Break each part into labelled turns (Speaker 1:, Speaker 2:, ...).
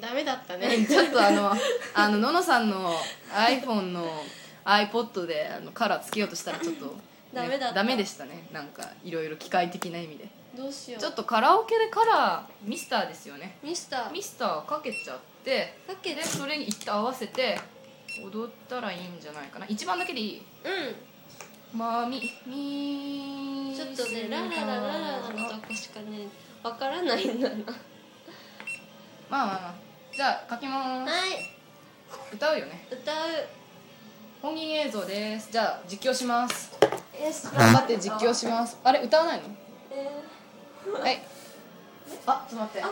Speaker 1: ダメだったね
Speaker 2: ねちょっとあのあのののさんの iPhone の iPod であのカラーつけようとしたらちょっと、ね
Speaker 1: ダメだった
Speaker 2: ダメでしたねなんかいろいろ機械的な意味で
Speaker 1: どうしよう
Speaker 2: ちょっとカラオケでカラーミスターですよね
Speaker 1: ミスター
Speaker 2: ミスターかけちゃって
Speaker 1: かけ
Speaker 2: で
Speaker 1: て
Speaker 2: それに一旦合わせて踊ったらいいんじゃないかな一番だけでいい
Speaker 1: うん
Speaker 2: まあみみ
Speaker 1: ちょっとねラララララのとこしかねわからないんだな
Speaker 2: まあまあまあじゃあ書きまーす
Speaker 1: はい
Speaker 2: 歌うよね
Speaker 1: 歌う
Speaker 2: 本人映像ですじゃあ実況します
Speaker 1: よし
Speaker 2: 頑張って実況しますあれ歌わないの
Speaker 1: えー
Speaker 2: はい。あ、ちょっと待って。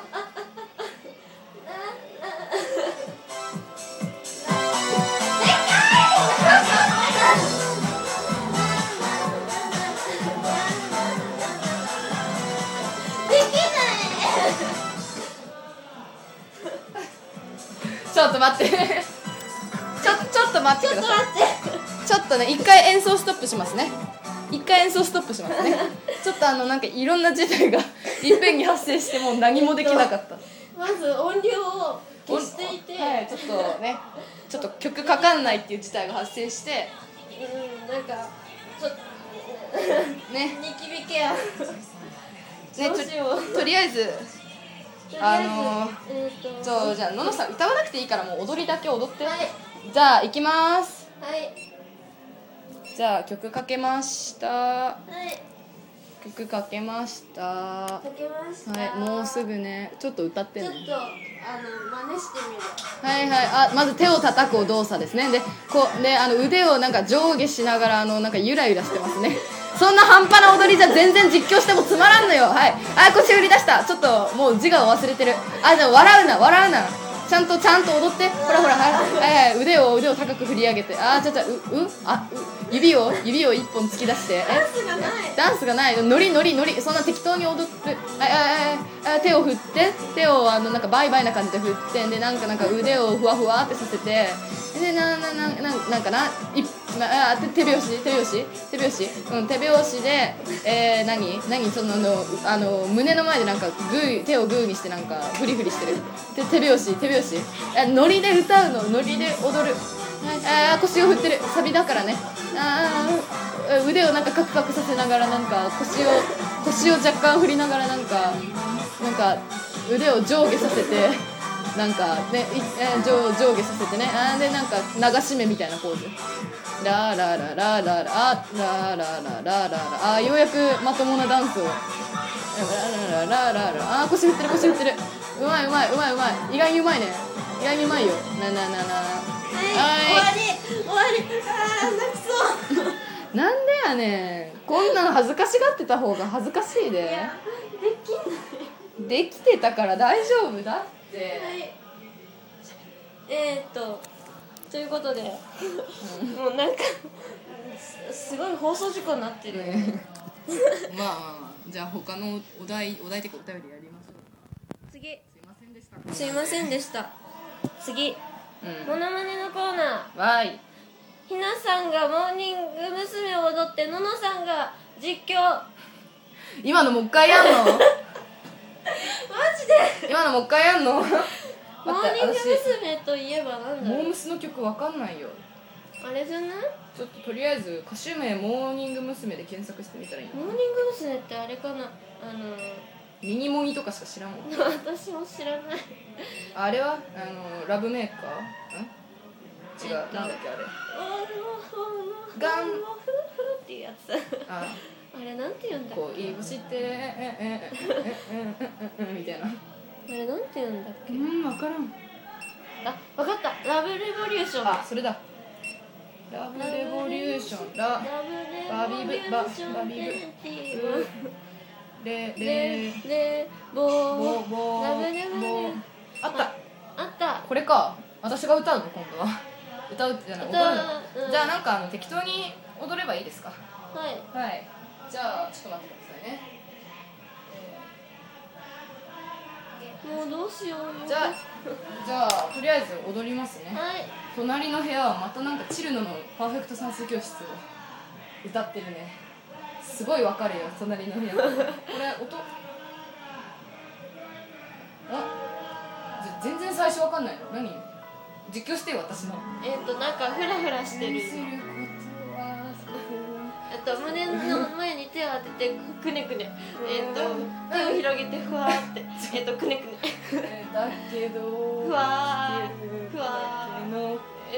Speaker 1: でき
Speaker 2: ちょっと待って。ちょ、ちょっと待ってください。
Speaker 1: ない
Speaker 2: ちょっとね、一回演奏ストップしますね。一回演奏ストップしますね。ちょっとあの、なんかいろんな事態 がいっぺんに発生して、もう何もできなかった。
Speaker 1: まず音量を消していて、
Speaker 2: はい、ちょっとね、ちょっと曲かかんないっていう事態が発生して、
Speaker 1: うんなんかちょっと
Speaker 2: ね、
Speaker 1: ニキビケア
Speaker 2: ね、
Speaker 1: どうしよう
Speaker 2: ととりあえず、あのー
Speaker 1: とりあえずえーと
Speaker 2: そう、じゃあ、ののさん歌わなくていいから、もう踊りだけ踊って。
Speaker 1: はい
Speaker 2: じゃあ、行きます。
Speaker 1: はい
Speaker 2: じゃあ、曲かけました。
Speaker 1: はい
Speaker 2: 曲かけましたは
Speaker 1: かけました
Speaker 2: いもうすぐねちょっと歌って
Speaker 1: ちょ
Speaker 2: ね
Speaker 1: っとあの真似してみる
Speaker 2: はいはいあまず手を叩く動作ですねでこうねあの腕をなんか上下しながらあのなんかゆらゆらしてますねそんな半端な踊りじゃ全然実況してもつまらんのよはいあ腰振り出したちょっともう自我を忘れてるあじゃあ笑うな笑うなちゃんとちゃんと踊ってほらほらはい、はいはい、腕を腕を高く振り上げてあーちょちょううあう指を指を一本突き出してえ
Speaker 1: ダンスがない
Speaker 2: ダンスがないノリノリノリそんな適当に踊ってああああ手を振って手をあのなんかバイバイな感じで振ってでなんかなんか腕をふわふわってさせてでなななななんかないなあ手手拍子手拍子手拍子うん手拍子でえー、何何そののあの胸の前でなんかグー手をグーにしてなんかフリフリしてるで手拍子手拍子あノリで歌うのノリで踊るあー腰を振ってるサビだからねあー腕をなんかカクカクさせながらなんか腰を腰を若干振りながらなんかなんか腕を上下させてなんかねいえー上上下させてねあーでなんか流し目みたいなポーズラーラーラーラーラーラあラーラーラーラーラーラあーようやくまともなダンスをララララララあー腰振ってる腰振ってるうまいうまいうまいうまい意外にうまいね意外にうまいよなななな
Speaker 1: はい終わり終わりあー泣きそう
Speaker 2: なんでやねんこんなの恥ずかしがってた方が恥ずかしいで
Speaker 1: できな
Speaker 2: できてたから大丈夫だって
Speaker 1: いはいえー、っとということで、もうなんかすすごい放送事故になってる、
Speaker 2: まあまあまあじゃあ他のお題お題っていうかお便りやりましょう
Speaker 1: 次
Speaker 2: すいませんでした
Speaker 1: すいませんでした次モノマネのコーナー
Speaker 2: うんわーい
Speaker 1: ひなさんがモーニング娘。を踊ってののさんが実況マ
Speaker 2: 今のもう一回やん の
Speaker 1: ジで
Speaker 2: 今のもう一回やん の待って
Speaker 1: モーニング
Speaker 2: 私
Speaker 1: 娘。といえばなんだ
Speaker 2: モ
Speaker 1: ろ
Speaker 2: ー
Speaker 1: う
Speaker 2: ムスの曲わかんないよ
Speaker 1: あれじゃない
Speaker 2: ちょっととりあえず歌手名モーニング娘。で検索してみたらいい
Speaker 1: モーニング娘。ってあれかなあの
Speaker 2: ミニモニとかしか知らんわ
Speaker 1: ー 私も知らない
Speaker 2: あれはあのラブメーカーん違う
Speaker 1: えっと
Speaker 2: なんだっけあれ
Speaker 1: ガ
Speaker 2: ガ
Speaker 1: ン
Speaker 2: ン
Speaker 1: フフフっていうやつあ
Speaker 2: あ
Speaker 1: れなんて言うんだっ
Speaker 2: 恋をしてええええええええみたいな
Speaker 1: けあれなんて言うんだっけ
Speaker 2: うん分からん
Speaker 1: あわかったラブレボリューション
Speaker 2: あそれだラブレボリューションラ
Speaker 1: ラブレボリューション
Speaker 2: バビブババビブ
Speaker 1: っていう
Speaker 2: ブレレ
Speaker 1: レレボ
Speaker 2: ボボ
Speaker 1: ラブレボリュ
Speaker 2: ボ
Speaker 1: ー
Speaker 2: あった
Speaker 1: あった
Speaker 2: これか私が歌うの今度は歌うってじゃない踊
Speaker 1: 歌う
Speaker 2: る
Speaker 1: うん
Speaker 2: のじゃあなんかあの適当に踊ればいいですか
Speaker 1: はい
Speaker 2: はいじゃあちょっと待ってくださいね
Speaker 1: もうどうしよう
Speaker 2: じゃあじゃあとりあえず踊りますね
Speaker 1: はい
Speaker 2: 隣の部屋はまたなんかチルノのパーフェクト算数教室を歌ってるねすごいわかるよ隣の部屋これ音あず全然最初わかんない何実況してよ私の
Speaker 1: えっ、となんかフラフラしてる
Speaker 2: することは
Speaker 1: あと胸の前に手を当ててくねくねえっ、と手を広げてふわーってえっ、とくねくね
Speaker 2: だけどふ
Speaker 1: わーふわー
Speaker 2: の永
Speaker 1: え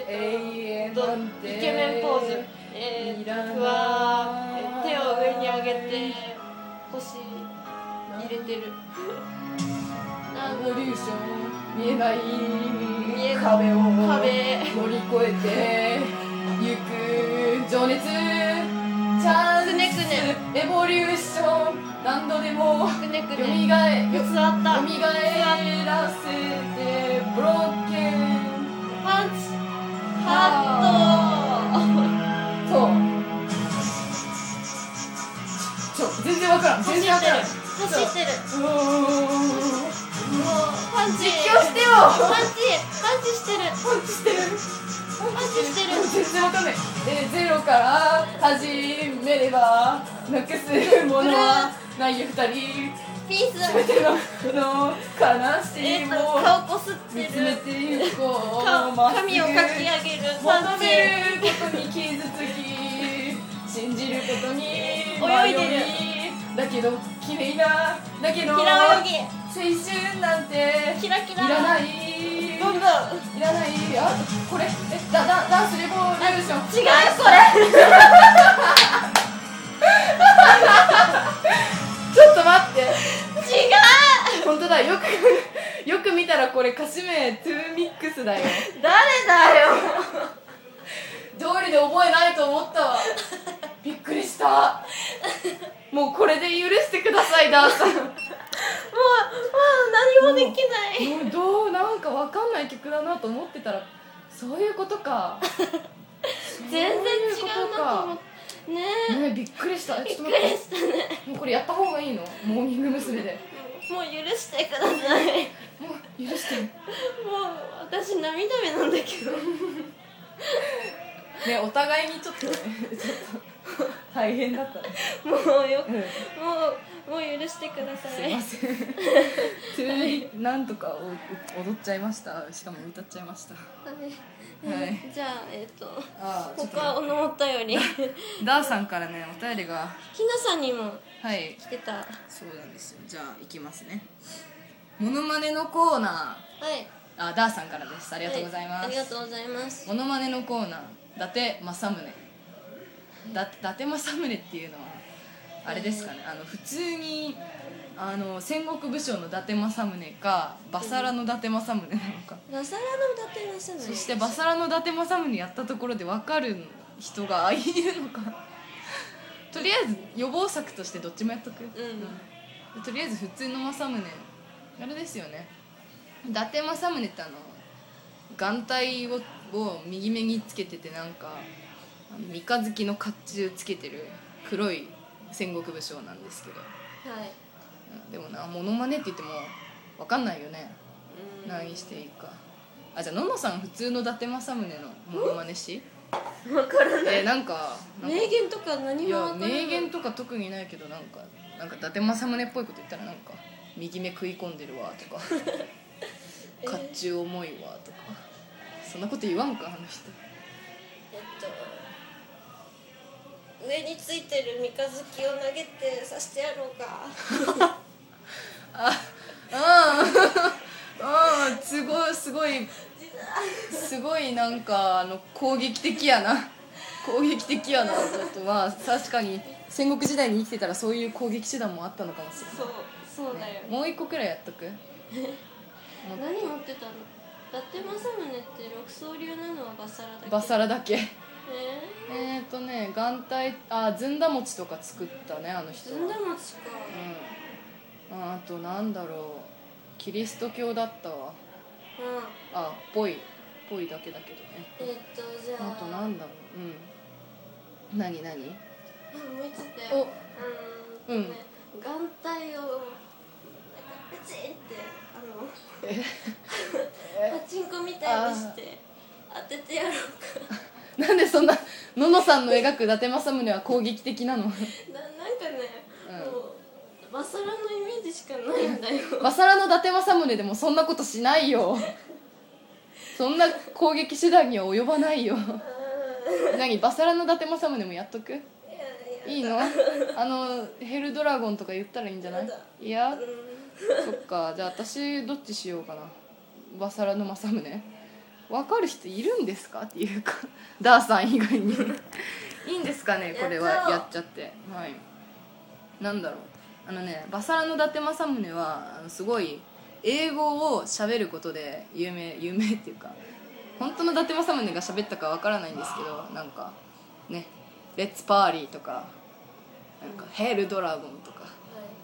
Speaker 1: っ、
Speaker 2: 遠
Speaker 1: と
Speaker 2: なん
Speaker 1: イ
Speaker 2: て
Speaker 1: ケメンポーズえー、
Speaker 2: いらない
Speaker 1: ふわー手を上に上げて腰入れてる
Speaker 2: レ
Speaker 1: なんか
Speaker 2: ボリューション見えない
Speaker 1: 見えない
Speaker 2: 壁を
Speaker 1: 壁
Speaker 2: 乗り越えてゆく情熱チャン
Speaker 1: く
Speaker 2: ス
Speaker 1: ねく
Speaker 2: エボリューション何度でも
Speaker 1: くねく
Speaker 2: よ
Speaker 1: ね
Speaker 2: みがえよ
Speaker 1: 座った
Speaker 2: よみがえらせてブロッケン
Speaker 1: パンチハ
Speaker 2: とちょ全然わからん
Speaker 1: ット
Speaker 2: 全
Speaker 1: 走
Speaker 2: 然わ
Speaker 1: っ
Speaker 2: か
Speaker 1: てる
Speaker 2: らん
Speaker 1: 走ってる
Speaker 2: うーん
Speaker 1: もうパンチ
Speaker 2: 実況してよ
Speaker 1: パンチパンチしてる
Speaker 2: パンチしてる
Speaker 1: パンチしてる
Speaker 2: 全然わかんないえーゼロから始めればなくすものはないよ二人
Speaker 1: ピース
Speaker 2: 全てのこの悲し
Speaker 1: え
Speaker 2: い
Speaker 1: っと
Speaker 2: も
Speaker 1: 顔こすっ
Speaker 2: 見
Speaker 1: て
Speaker 2: つめ
Speaker 1: る
Speaker 2: てゆこう
Speaker 1: 顔
Speaker 2: まっすぐ
Speaker 1: 髪をかき上げるパンチ
Speaker 2: 求めることに傷つき信じることに
Speaker 1: 泳いでる
Speaker 2: るだけど綺麗なだけど
Speaker 1: 平泳
Speaker 2: 青春なんて
Speaker 1: ぎキラキラ
Speaker 2: いらない
Speaker 1: どんどん
Speaker 2: いらないあこれえだだダンスレボリューション
Speaker 1: 違うこれ
Speaker 2: ちょっと待って
Speaker 1: 違う
Speaker 2: 本当だよくよく見たらこれ歌詞名トゥーミックスだ よ
Speaker 1: 誰だよ
Speaker 2: 通りで覚えないと思ったわびっくりしたもうこれで許してくださいダンさん
Speaker 1: もうもう何もできない
Speaker 2: もうどうなんかわかんない曲だなと思ってたらそういうことか
Speaker 1: 全然違うなと思ってねえ
Speaker 2: ねびっくりした
Speaker 1: び
Speaker 2: ち
Speaker 1: っ
Speaker 2: ょ
Speaker 1: く
Speaker 2: っと待
Speaker 1: り
Speaker 2: って
Speaker 1: したね
Speaker 2: もうこれやった方がいいのモーニング娘。で
Speaker 1: もう許してください
Speaker 2: もう許してね
Speaker 1: もう私涙目なんだけど
Speaker 2: お互いにちょっとねちょっと大変だったね
Speaker 1: もうよ
Speaker 2: うん
Speaker 1: もうもう許してくださ
Speaker 2: す
Speaker 1: い
Speaker 2: いません急になんとかお踊っちゃいましたしかも歌っちゃいました
Speaker 1: は、
Speaker 2: はい
Speaker 1: じゃあえっ、と
Speaker 2: あーちょっと
Speaker 1: 他のお便り
Speaker 2: ダーさんからねお便りが
Speaker 1: ひなさんにも
Speaker 2: はい
Speaker 1: 来てたは
Speaker 2: そうなんですよじゃあ行きますねモノマネのコーナ
Speaker 1: い
Speaker 2: ーあダーさんからですあ
Speaker 1: あ
Speaker 2: りがとうございます、
Speaker 1: ありがとうございます
Speaker 2: モノマネのコーナー伊達政宗だ伊達政宗っていうのはあれですかねあの普通にあの戦国武将の伊達政宗かバサラの伊達政宗なのか
Speaker 1: バサラの歌ってらっしゃる
Speaker 2: そしてバサラの伊達政宗やったところで分かる人がいるのか とりあえず予防策としてどっちもやっとく、うんとりあえず普通の政宗あれですよね伊達政宗ってあの眼帯をを右目につけててなんかあの三日月の甲冑つけてる黒い戦国武将なんですけど
Speaker 1: はい
Speaker 2: うんでもなモノマネって言っても分かんないよね
Speaker 1: うん
Speaker 2: 何していいかあじゃあののさん普通の伊達政宗のモノマネし
Speaker 1: わからない
Speaker 2: えーなんかなんか
Speaker 1: 名言とか何
Speaker 2: い
Speaker 1: もわ
Speaker 2: や
Speaker 1: からない
Speaker 2: 名言とか特にないけどなんかなんか伊達政宗っぽいこと言ったらなんか「右目食い込んでるわ」とか「
Speaker 1: え
Speaker 2: 甲冑重いわ」とかそんなこと言わんかあの人
Speaker 1: えっと上についてる三日月を投げて刺してやろうか
Speaker 2: あうんうんすごいすごいすごいなんかあの攻撃的やな攻撃的やなちょっとまあ確かに戦国時代に生きてたらそういう攻撃手段もあったのかもしれ
Speaker 1: そうそうだ
Speaker 2: ない、
Speaker 1: よ、
Speaker 2: ね、もう一個くらいやっとく
Speaker 1: 何持ってたの伊達政宗って六層流なのはバサラだけ
Speaker 2: バサラだけ
Speaker 1: え
Speaker 2: えっ、ー、とね眼帯あずんだ餅とか作ったねあの
Speaker 1: ー、
Speaker 2: 人
Speaker 1: ず
Speaker 2: は
Speaker 1: んだ餅か
Speaker 2: うんああとなんだろうキリスト教だったわ
Speaker 1: うん
Speaker 2: あっぽいっぽいだけだけどね
Speaker 1: えー、っとじゃあ
Speaker 2: あとなんだろううん何何
Speaker 1: あ もう一つだ
Speaker 2: お
Speaker 1: ようーんとね眼帯をなんかプチンってあ の パチンコみたいにして当ててやろうか
Speaker 2: なんでそんなののさんの描く伊達政宗は攻撃的なの
Speaker 1: ななんかね、
Speaker 2: うん
Speaker 1: もうバサラのイメージしかないんだよ
Speaker 2: バサラの伊達政宗でもそんなことしないよ そんな攻撃手段には及ばないよ 何バサラの伊達政宗もやっとく いいの あのヘルドラゴンとか言ったらいいんじゃないいや そっかじゃあ私どっちしようかなバサラの政宗わかる人いるんですかっていうか ダーさん以 外にいいんですかねこれは
Speaker 1: やった
Speaker 2: やっちゃってはいなんだろうあのねバサラの伊達政宗はあのすごい英語を喋ることで有名有名っていうか本当の伊達政宗が喋ったかわからないんですけどなんかね「レッツパーリー」とか「なんかヘルドラゴン」とか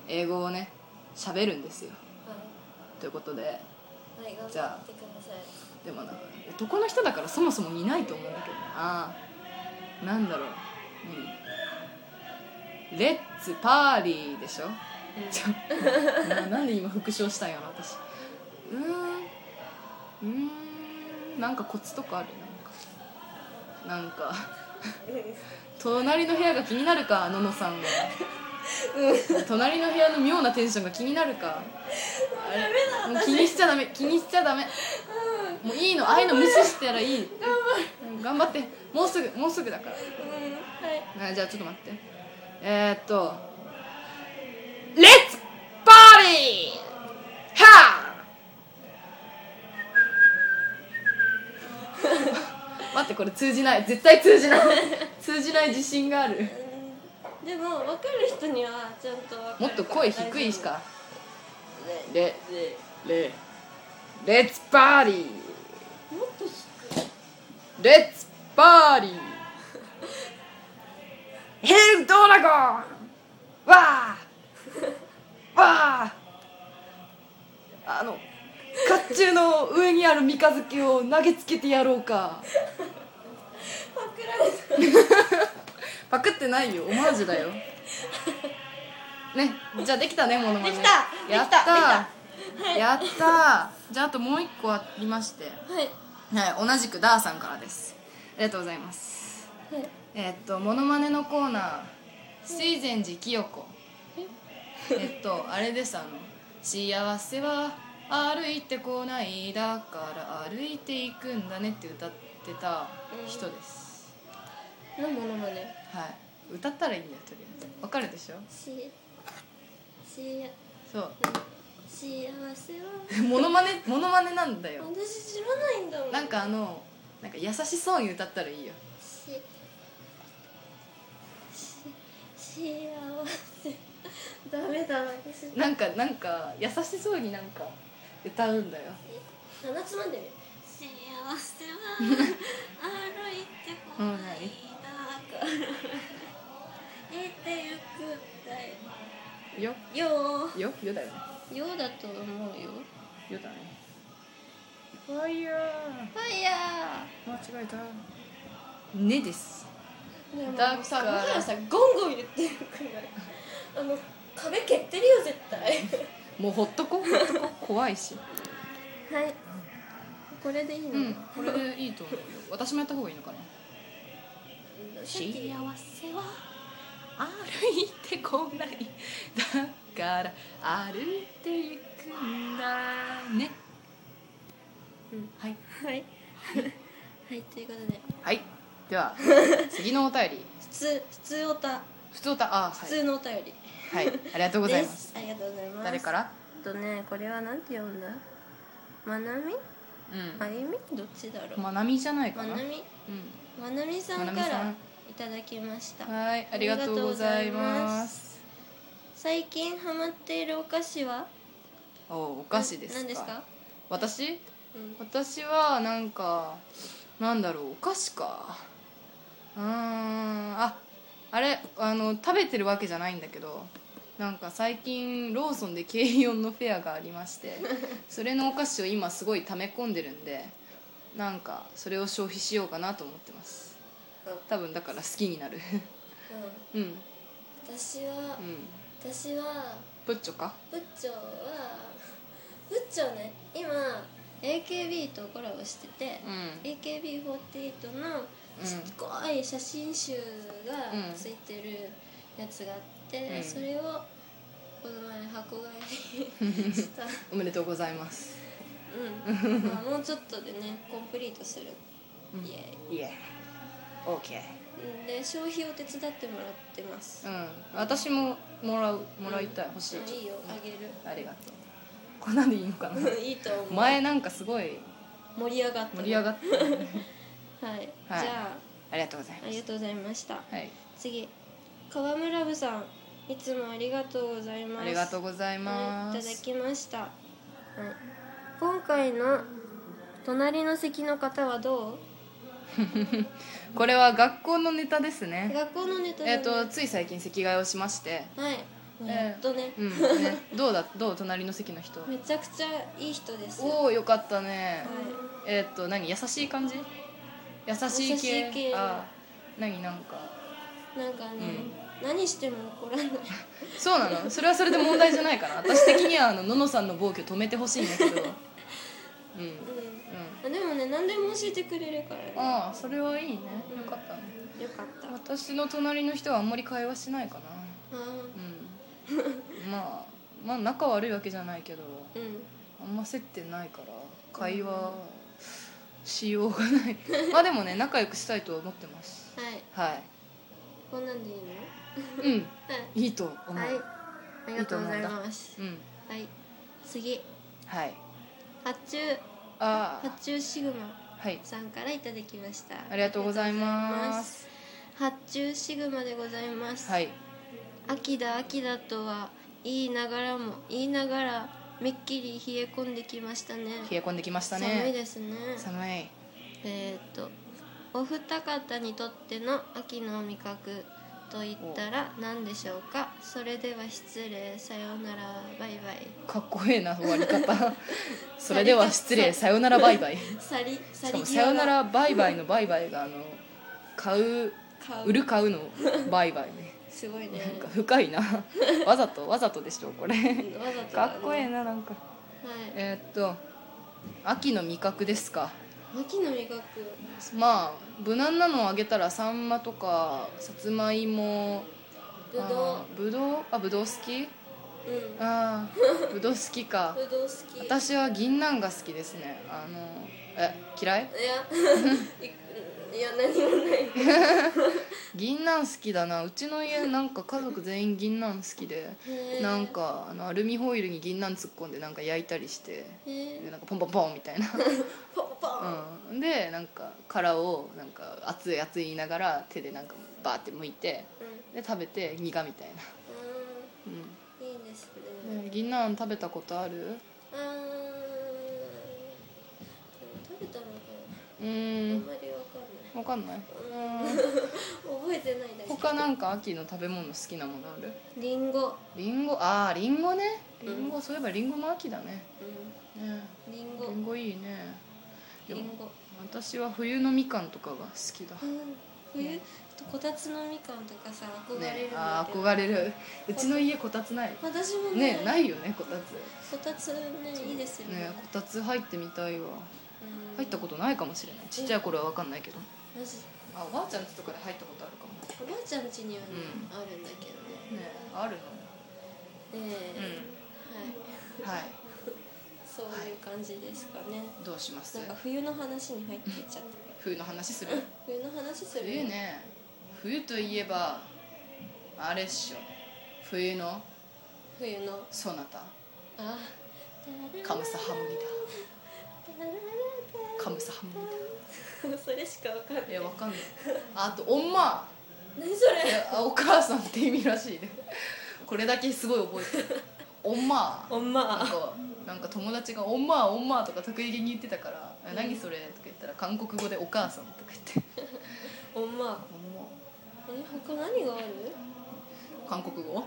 Speaker 2: 英語をね喋るんですよということで
Speaker 1: はいはいはい頑
Speaker 2: じゃ
Speaker 1: 張
Speaker 2: あ
Speaker 1: ってください
Speaker 2: でもな男の人だからそもそもいないと思うんだけどななんだろう、うん、レッツパーリーでしょ、ちょななんで今復唱したんやろ私うーんうーんなんかコツとかあるなんかなんか隣の部屋が気になるかののさんは隣の部屋の妙なテンションが気になるかあれもう気にしちゃダメ気にしちゃダメもういいのああいうの無視したらいいうん頑張ってもうすぐもうすぐだから
Speaker 1: うんはい
Speaker 2: あじゃあちょっと待ってえー、っと「レッツパーリー!」はあ待ってこれ通じない絶対通じない通じない自信がある
Speaker 1: でも分かる人にはちゃんと分かる
Speaker 2: もっと声低いしか「レ
Speaker 1: で
Speaker 2: レレッツパーリー
Speaker 1: もっと低い
Speaker 2: レッツパーリーヘルドラゴンわーわーあの甲冑の上にある三日月を投げつけてやろうか
Speaker 1: パクられた
Speaker 2: パクってないよオマージュだよねじゃあできたねモノマネ
Speaker 1: できたできた
Speaker 2: やっ
Speaker 1: でき
Speaker 2: たやったじゃああともう一個ありまして
Speaker 1: はい
Speaker 2: はい、同じくダーさんからですありがとうございます、
Speaker 1: はい
Speaker 2: えーっとモノマネのコーナー水前寺清子えっとあれですあの「幸せは歩いてこないだから歩いていくんだね」って歌ってた人です、
Speaker 1: のモノマネ
Speaker 2: はい歌ったらいいんだよとりあえずわかるでしょ
Speaker 1: ししや
Speaker 2: そう
Speaker 1: 幸せは
Speaker 2: モノマネモノマネなんだよ
Speaker 1: 私知らないんだもん
Speaker 2: なんかあのなんか優しそうに歌ったらいいよ
Speaker 1: しし幸せダメだ私
Speaker 2: なんかなんか優しそうになんか歌うんだよ
Speaker 1: 七つまでね幸せは歩いてこ
Speaker 2: うん
Speaker 1: ない
Speaker 2: はい
Speaker 1: だからえてゆく
Speaker 2: よ
Speaker 1: んだよよ
Speaker 2: よよだよね
Speaker 1: ーよーだと思うよ
Speaker 2: よだねファイヤ
Speaker 1: ファイヤ
Speaker 2: ー間違えたねです
Speaker 1: ーでも
Speaker 2: だから
Speaker 1: さもはやさゴンゴン言ってるからあの壁蹴ってるよ絶対
Speaker 2: もうほっとこほっとこ怖いし
Speaker 1: はいこれでいいの、
Speaker 2: うんこれでいいと思うよ私もやった方がいいのかな
Speaker 1: さっき
Speaker 2: せは歩いてこないだから歩いていくんだね
Speaker 1: うん
Speaker 2: はい
Speaker 1: はいはいということで
Speaker 2: はいで は次のお便り
Speaker 1: 普通普通おた
Speaker 2: 普通歌あ
Speaker 1: 普
Speaker 2: は
Speaker 1: 通のお便り、
Speaker 2: い、はい、ありがとうござい
Speaker 1: で
Speaker 2: ます
Speaker 1: すありがとうございます
Speaker 2: 誰から
Speaker 1: あとねこれはなんて読んだまなみ
Speaker 2: うん
Speaker 1: あゆみどっちだろう
Speaker 2: まなみじゃないか
Speaker 1: ま
Speaker 2: な、
Speaker 1: な
Speaker 2: うん、
Speaker 1: みまなみさん
Speaker 2: まな
Speaker 1: か
Speaker 2: みさん
Speaker 1: らいただきました
Speaker 2: はいありがとうございます
Speaker 1: 最近ハマっているお菓子は
Speaker 2: おお菓子ですか
Speaker 1: 何ですか、
Speaker 2: 私
Speaker 1: うん、
Speaker 2: 私はなんかなんだろうお菓子かうーんああれあの食べてるわけじゃないんだけどなんか最近ローソンで軽4のフェアがありまして それのお菓子を今すごい溜め込んでるんでなんかそれを消費しようかなと思ってます多分だから好きになる うんうん
Speaker 1: 私は私は
Speaker 2: プッチョか
Speaker 1: ブッチョはブッチョね今 AKB とコラボしてて、
Speaker 2: うん
Speaker 1: AKB48 の
Speaker 2: うん
Speaker 1: すっごい写真集が
Speaker 2: うん
Speaker 1: ついてるやつがあって、
Speaker 2: うん
Speaker 1: それをこの前箱買い したう
Speaker 2: おめでとうございます
Speaker 1: ん、まあ、もうちょっとでねコンプリートするイエ
Speaker 2: イエーオーケ
Speaker 1: ーイで消費を手伝ってもらってます
Speaker 2: ーうん私ももらうもらいたい
Speaker 1: うん
Speaker 2: 欲しい
Speaker 1: あいいよあげる
Speaker 2: ありがとうこんなんでいいのか な
Speaker 1: いいと思う
Speaker 2: 前なんかすごい
Speaker 1: 盛り上がった
Speaker 2: 盛り上がって
Speaker 1: たはい、
Speaker 2: はい
Speaker 1: じゃ
Speaker 2: ありがとうござい
Speaker 1: ああ
Speaker 2: ま
Speaker 1: り
Speaker 2: す
Speaker 1: がとうございました
Speaker 2: はい
Speaker 1: 次川村部さんいつもありがとうございます
Speaker 2: ありがとうございま
Speaker 1: はい、いただ
Speaker 2: す
Speaker 1: きました、はい、今回の隣の席の方はど
Speaker 2: これは学校のネタです
Speaker 1: う
Speaker 2: ね
Speaker 1: 学校のネタで
Speaker 2: えっとつい最近席替えをしまして
Speaker 1: はい
Speaker 2: え
Speaker 1: やっとね、
Speaker 2: うんねどうだどう隣の席の人
Speaker 1: めちゃくちゃいい人ですは
Speaker 2: おおよかったね
Speaker 1: い、
Speaker 2: えーっと何優しい感じ優しい系
Speaker 1: 優しい系
Speaker 2: あー何なんか
Speaker 1: なんかね、何しても怒らない
Speaker 2: そうなのそれはそれで問題じゃないかな私的にはあのののさんの暴挙止めてほしいんだけどうんうん
Speaker 1: うんあでもね何でも教えてくれるからね
Speaker 2: ああそれはいいねよかったね
Speaker 1: よかったあ
Speaker 2: 私の隣の人はあんまり会話しないかなうんまあまあ仲悪いわけじゃないけど
Speaker 1: ーうん
Speaker 2: あんま接点ないから会話しようがない まあでもね仲良くしたいとは思ってます
Speaker 1: はい
Speaker 2: はい
Speaker 1: こんなんでいいの
Speaker 2: うん
Speaker 1: はい
Speaker 2: いいと思う、
Speaker 1: はいありがとうござい
Speaker 2: いいと思
Speaker 1: ます
Speaker 2: うん
Speaker 1: はい次
Speaker 2: はい
Speaker 1: 発注
Speaker 2: ああ
Speaker 1: 発注シグマ
Speaker 2: はい
Speaker 1: さんからいただきました
Speaker 2: ありがとうございます
Speaker 1: 発注シグマでございます、
Speaker 2: はい
Speaker 1: 秋だ秋だとは言いながらも言いながらめっきり冷え込んできましたね
Speaker 2: 冷え込んできましたね
Speaker 1: 寒いですね
Speaker 2: 寒い
Speaker 1: えーっとお二方にとっての秋の味覚と言ったら何でしょうかそれでは失礼さようならバイバイ
Speaker 2: かっこええな終わ り方それでは失礼さよならバイバイ
Speaker 1: さりさ
Speaker 2: しか
Speaker 1: り
Speaker 2: もさよならバイバイのバイバイがあの買う
Speaker 1: 買う
Speaker 2: 売る買うのバイバイね
Speaker 1: すごいね
Speaker 2: なんか深いなわざとわざとでしょこれ
Speaker 1: わざとだ
Speaker 2: か
Speaker 1: ね
Speaker 2: っこええななんか
Speaker 1: は
Speaker 2: えーっと秋の味覚ですか
Speaker 1: い秋の味覚
Speaker 2: まあ無難なのをあげたらサンマとかさつまいも
Speaker 1: ぶど
Speaker 2: うぶどうあぶどう好き
Speaker 1: ううん
Speaker 2: ああぶどう好きか
Speaker 1: ぶどう好き
Speaker 2: 私は銀杏が好きですねあのえ嫌い
Speaker 1: いやいや何もない
Speaker 2: 銀杏好きだなうちの家なんか家族全員銀杏好きで
Speaker 1: へー
Speaker 2: なんかあのアルミホイルに銀杏突っ込んでなんか焼いたりして
Speaker 1: へ
Speaker 2: で
Speaker 1: え
Speaker 2: なんかポンポンポンみた いな、
Speaker 1: ポンポン
Speaker 2: うん、でなんか殻をなんか熱い熱い言いながら手でなんかバーって剥いて
Speaker 1: うん
Speaker 2: で食べて苦みたいな、
Speaker 1: う
Speaker 2: うん
Speaker 1: いいですね
Speaker 2: ん、ね銀杏食べたことある
Speaker 1: うーん食べたのか
Speaker 2: う
Speaker 1: なあん
Speaker 2: ん
Speaker 1: まりわかんない
Speaker 2: わかんない
Speaker 1: 覚えてないだけ
Speaker 2: 他なんか秋の食べ物好きなものある
Speaker 1: リンゴ
Speaker 2: リンゴああリンゴねリンゴ、そういえばリンゴの秋だね
Speaker 1: う
Speaker 2: ね
Speaker 1: んリン
Speaker 2: リ
Speaker 1: ゴ
Speaker 2: ンゴいいねで
Speaker 1: リ
Speaker 2: も
Speaker 1: ンゴ
Speaker 2: 私は冬のみかんとかが好きだ
Speaker 1: うん冬こたつのみかんとかさ憧れる
Speaker 2: ね
Speaker 1: んだ
Speaker 2: ああ
Speaker 1: けど
Speaker 2: 憧れるうちの家こたつない
Speaker 1: 私もね
Speaker 2: ねないよねこたつ
Speaker 1: こたつねいいですよね
Speaker 2: ねこたつ入ってみたいわ
Speaker 1: うん
Speaker 2: 入ったことないかもしれないちっちゃい頃は分かんないけど
Speaker 1: マジ
Speaker 2: あおばあちゃん家とかで入ったことあるかも
Speaker 1: おばあちゃん家にはね
Speaker 2: う
Speaker 1: あるんだけどね
Speaker 2: ねあるの
Speaker 1: ええ
Speaker 2: う
Speaker 1: はい
Speaker 2: んはい
Speaker 1: そういう感じですかね
Speaker 2: どうします
Speaker 1: なんか冬の話に入っていっちゃった
Speaker 2: 冬の話する
Speaker 1: 冬の話する
Speaker 2: 冬ね冬といえばあれっしょ冬の
Speaker 1: 冬の
Speaker 2: そなた
Speaker 1: あ
Speaker 2: カムサハムニダカムサハム ニ
Speaker 1: それしかわかんない
Speaker 2: ダいやわかんないあと「おんま
Speaker 1: 何そ」
Speaker 2: い
Speaker 1: れ
Speaker 2: やあお母さんって意味らしいねこれだけすごい覚えてる「おんま」
Speaker 1: おん
Speaker 2: なん
Speaker 1: ま
Speaker 2: かなんか友達が「おんまおんま」とか得意げに言ってたから「え何それ?」とか言ったら韓国語で「お母さん」とか言って
Speaker 1: おんま
Speaker 2: 「おんま
Speaker 1: え他何がある」
Speaker 2: 韓国語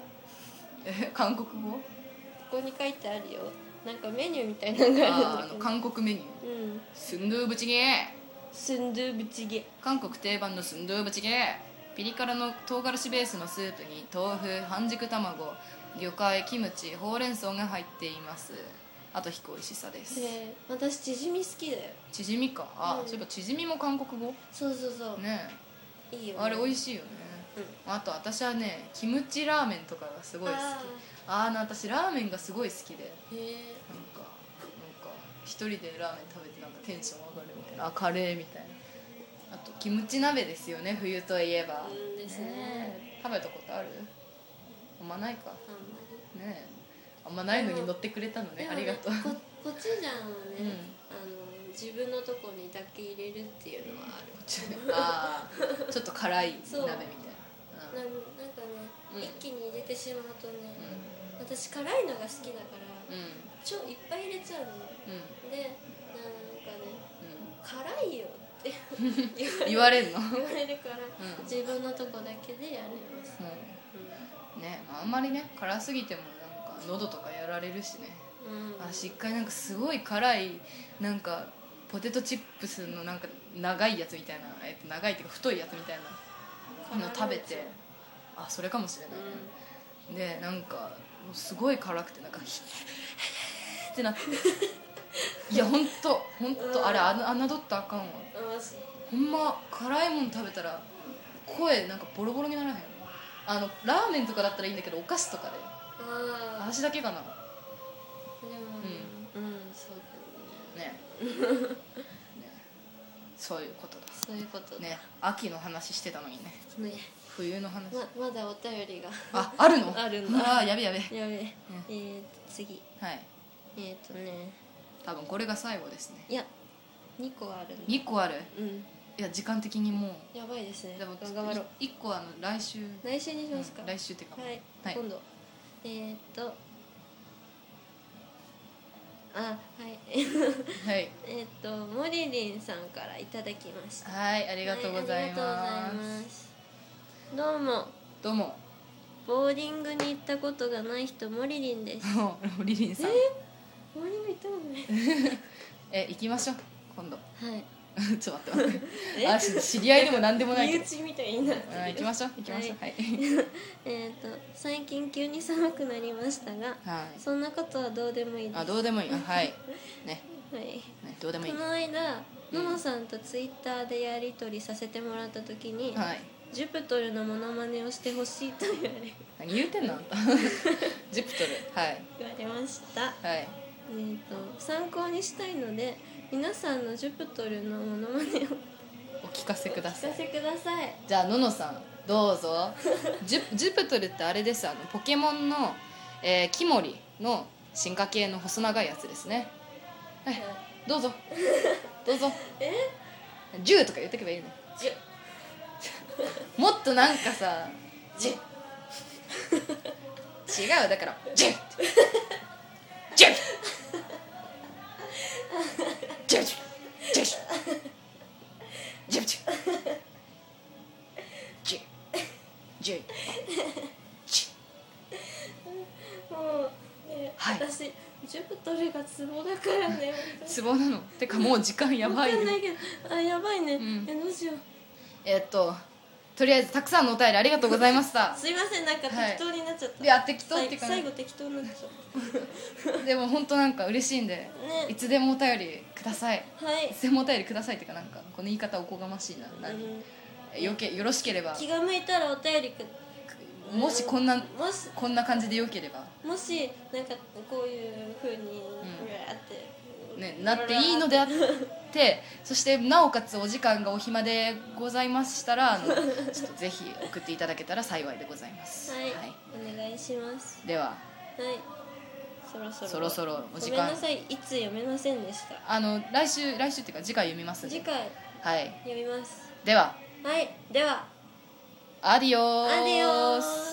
Speaker 2: え韓国語
Speaker 1: ここに書いてあるよなんかメニューみたいなのが
Speaker 2: あ
Speaker 1: あ
Speaker 2: あ
Speaker 1: る
Speaker 2: の
Speaker 1: んだ
Speaker 2: 韓国メニュー
Speaker 1: けどうん
Speaker 2: 「スンドゥブチゲー」
Speaker 1: スンドゥブチゲ
Speaker 2: 韓国定番のスンドゥブチゲピリ辛の唐辛子ベースのスープに豆腐半熟卵魚介キムチほうれん草が入っていますあと非美味しさです
Speaker 1: で私チヂミ好きだよ
Speaker 2: チヂミかあ、
Speaker 1: うん
Speaker 2: そういえばチヂミも韓国語
Speaker 1: そうそうそう
Speaker 2: ね
Speaker 1: いいよね
Speaker 2: あれ美味しいよね
Speaker 1: う
Speaker 2: あと私はねキムチラーメンとかがすごい好き
Speaker 1: あ
Speaker 2: あーあの私ラーメンがすごい好きで
Speaker 1: ーへ
Speaker 2: なんかなんか一人でラーメン食べてなんかテンション上がるみたいなあカレーみたいなあとキムチ鍋ですよね冬といえば
Speaker 1: うんですね
Speaker 2: え食べたことあるあんまない
Speaker 1: ー
Speaker 2: か
Speaker 1: あんまり
Speaker 2: ねえあんまないのに乗ってくれたのね
Speaker 1: でも
Speaker 2: あ
Speaker 1: ね
Speaker 2: りがとう
Speaker 1: こコチュジャンをね、
Speaker 2: うん
Speaker 1: あの自分のとこにだけ入れるっていうのはある
Speaker 2: あ ーちょっと辛い鍋みた
Speaker 1: そ
Speaker 2: いうなうん
Speaker 1: なんなんかね、
Speaker 2: うん
Speaker 1: 一気に入れてしまうとね、私辛いのが好きだから、
Speaker 2: うん
Speaker 1: ちょいっぱい入れちゃうの
Speaker 2: うん
Speaker 1: でなんかね
Speaker 2: う
Speaker 1: 辛いよって 言わ
Speaker 2: ん言われるの
Speaker 1: 言われるから、
Speaker 2: うん
Speaker 1: 自分のとこだけでやります、
Speaker 2: う
Speaker 1: うん
Speaker 2: ねまああんまりね辛すぎてもなんか喉とかやられるしね
Speaker 1: んうん、
Speaker 2: 私一回なんかすごい辛いなんかポテトチップスのなんか長いやつみたいな、えっと、長いっていうか太いやつみたいなの食べてあそれかもしれない、でなんかもうすごい辛くてなんかってなって いや本当本当あれあの侮ったらあかんわ
Speaker 1: うんあそう
Speaker 2: ほんま辛いもん食べたら声なんかボロボロにならへんあのラーメンとかだったらいいんだけどお菓子とかで
Speaker 1: あ
Speaker 2: 私だけかな
Speaker 1: ーでもうん、そうだね
Speaker 2: ねねそういうことだ
Speaker 1: そういうことだ
Speaker 2: ね秋の話してたのにね
Speaker 1: ね
Speaker 2: 冬の話、
Speaker 1: ままだお便りが
Speaker 2: ああるの
Speaker 1: あるんだ
Speaker 2: あーやべやべは
Speaker 1: やべえ、えー、と次
Speaker 2: い
Speaker 1: えー、とね
Speaker 2: 多分これが最後ですね
Speaker 1: いや2個あるんだ
Speaker 2: 2個ある
Speaker 1: うん
Speaker 2: いや時間的にも
Speaker 1: やばいですね
Speaker 2: うでも
Speaker 1: 頑張ろう
Speaker 2: 1個あの来週
Speaker 1: 来週にしますか、
Speaker 2: うん来週っていうか
Speaker 1: はい、
Speaker 2: はい
Speaker 1: 今度えー、っとあはい え
Speaker 2: はい
Speaker 1: ーっとモリリンさんからいただきました
Speaker 2: はいありがとうござ
Speaker 1: は
Speaker 2: い
Speaker 1: いあ
Speaker 2: ま
Speaker 1: りがとうご
Speaker 2: す
Speaker 1: ざいますどうも
Speaker 2: どうも
Speaker 1: ボーリングに行ったことがない人モリリンです
Speaker 2: もうリリンさん
Speaker 1: ボーリング行ったこと
Speaker 2: え行きましょう今度
Speaker 1: ないはい
Speaker 2: ちょっと待って待ってあし知り合いでも何でもないけ
Speaker 1: 身
Speaker 2: ど
Speaker 1: 内みたいになって
Speaker 2: あ行きましょう行きましょうはい、
Speaker 1: えー、と最近急に寒くなりましたが、
Speaker 2: はい、
Speaker 1: そんなことはどうでもいいです
Speaker 2: あどうでもいいあはいね
Speaker 1: はい、
Speaker 2: ねどうでもいい
Speaker 1: こ
Speaker 2: は
Speaker 1: の間ののさんとツイッターでやり取りさせてもらった時に、
Speaker 2: い
Speaker 1: ジュピトルのモノマネをしてほしいと言われ
Speaker 2: 何言うてんの あんたジプトルはい
Speaker 1: 言われました、
Speaker 2: はい
Speaker 1: えー、と参考にしたいので皆さんのジュピトルのモノマネを
Speaker 2: お聞かせくだ
Speaker 1: お
Speaker 2: さ
Speaker 1: 聞
Speaker 2: い
Speaker 1: かせください
Speaker 2: じゃあののさんどうぞジュジュプトルってあれですあのポケモンの、えーキモリの進化系の細長いやつですねはいどうぞどうぞ
Speaker 1: え
Speaker 2: ジューとか言ってけばいいの
Speaker 1: ジュ
Speaker 2: もっとなんかさ
Speaker 1: ジュ
Speaker 2: 違うだからジュッジュッジュッジュッジュッジュッジュッジュッジュッ
Speaker 1: もう、ね
Speaker 2: はい
Speaker 1: 私ジュピトルがツボだからね
Speaker 2: ツボなのてかもう時間やばい
Speaker 1: わかんな
Speaker 2: よ
Speaker 1: いけどあやばいね、
Speaker 2: ん
Speaker 1: えどうしよう
Speaker 2: えっととりあえずたくさんのお便りありがとうございました
Speaker 1: すいませんなんか
Speaker 2: はい
Speaker 1: 適当になっちゃった、
Speaker 2: いや適当っていうか
Speaker 1: さい最後適当になっちゃっ
Speaker 2: でも本当なんか嬉しいんで
Speaker 1: ね
Speaker 2: いつでもお便りください
Speaker 1: たはい
Speaker 2: い、つでもお便りくださいっていうかなんかこの言い方おこがましいな
Speaker 1: う
Speaker 2: なん
Speaker 1: ん、
Speaker 2: よけよろしければ
Speaker 1: 気が向いたらお便りく
Speaker 2: もしこんな
Speaker 1: もし
Speaker 2: こんな感じでよければ、
Speaker 1: もしなんかこういうふうに
Speaker 2: ん
Speaker 1: うわーって、
Speaker 2: ね、なっていいのであってそしてなおかつお時間がお暇でございましたらあのちょっとぜひ送っていただけたら幸いでございます、
Speaker 1: はい、お願いします
Speaker 2: では
Speaker 1: はいそろそろ
Speaker 2: そろそろお時間
Speaker 1: ごめんなさいいつ読めませんでした
Speaker 2: あの来週来週っていうか次回読みますんで
Speaker 1: 次回
Speaker 2: はい
Speaker 1: 読みます
Speaker 2: では
Speaker 1: はいでは
Speaker 2: アディオー
Speaker 1: アディオース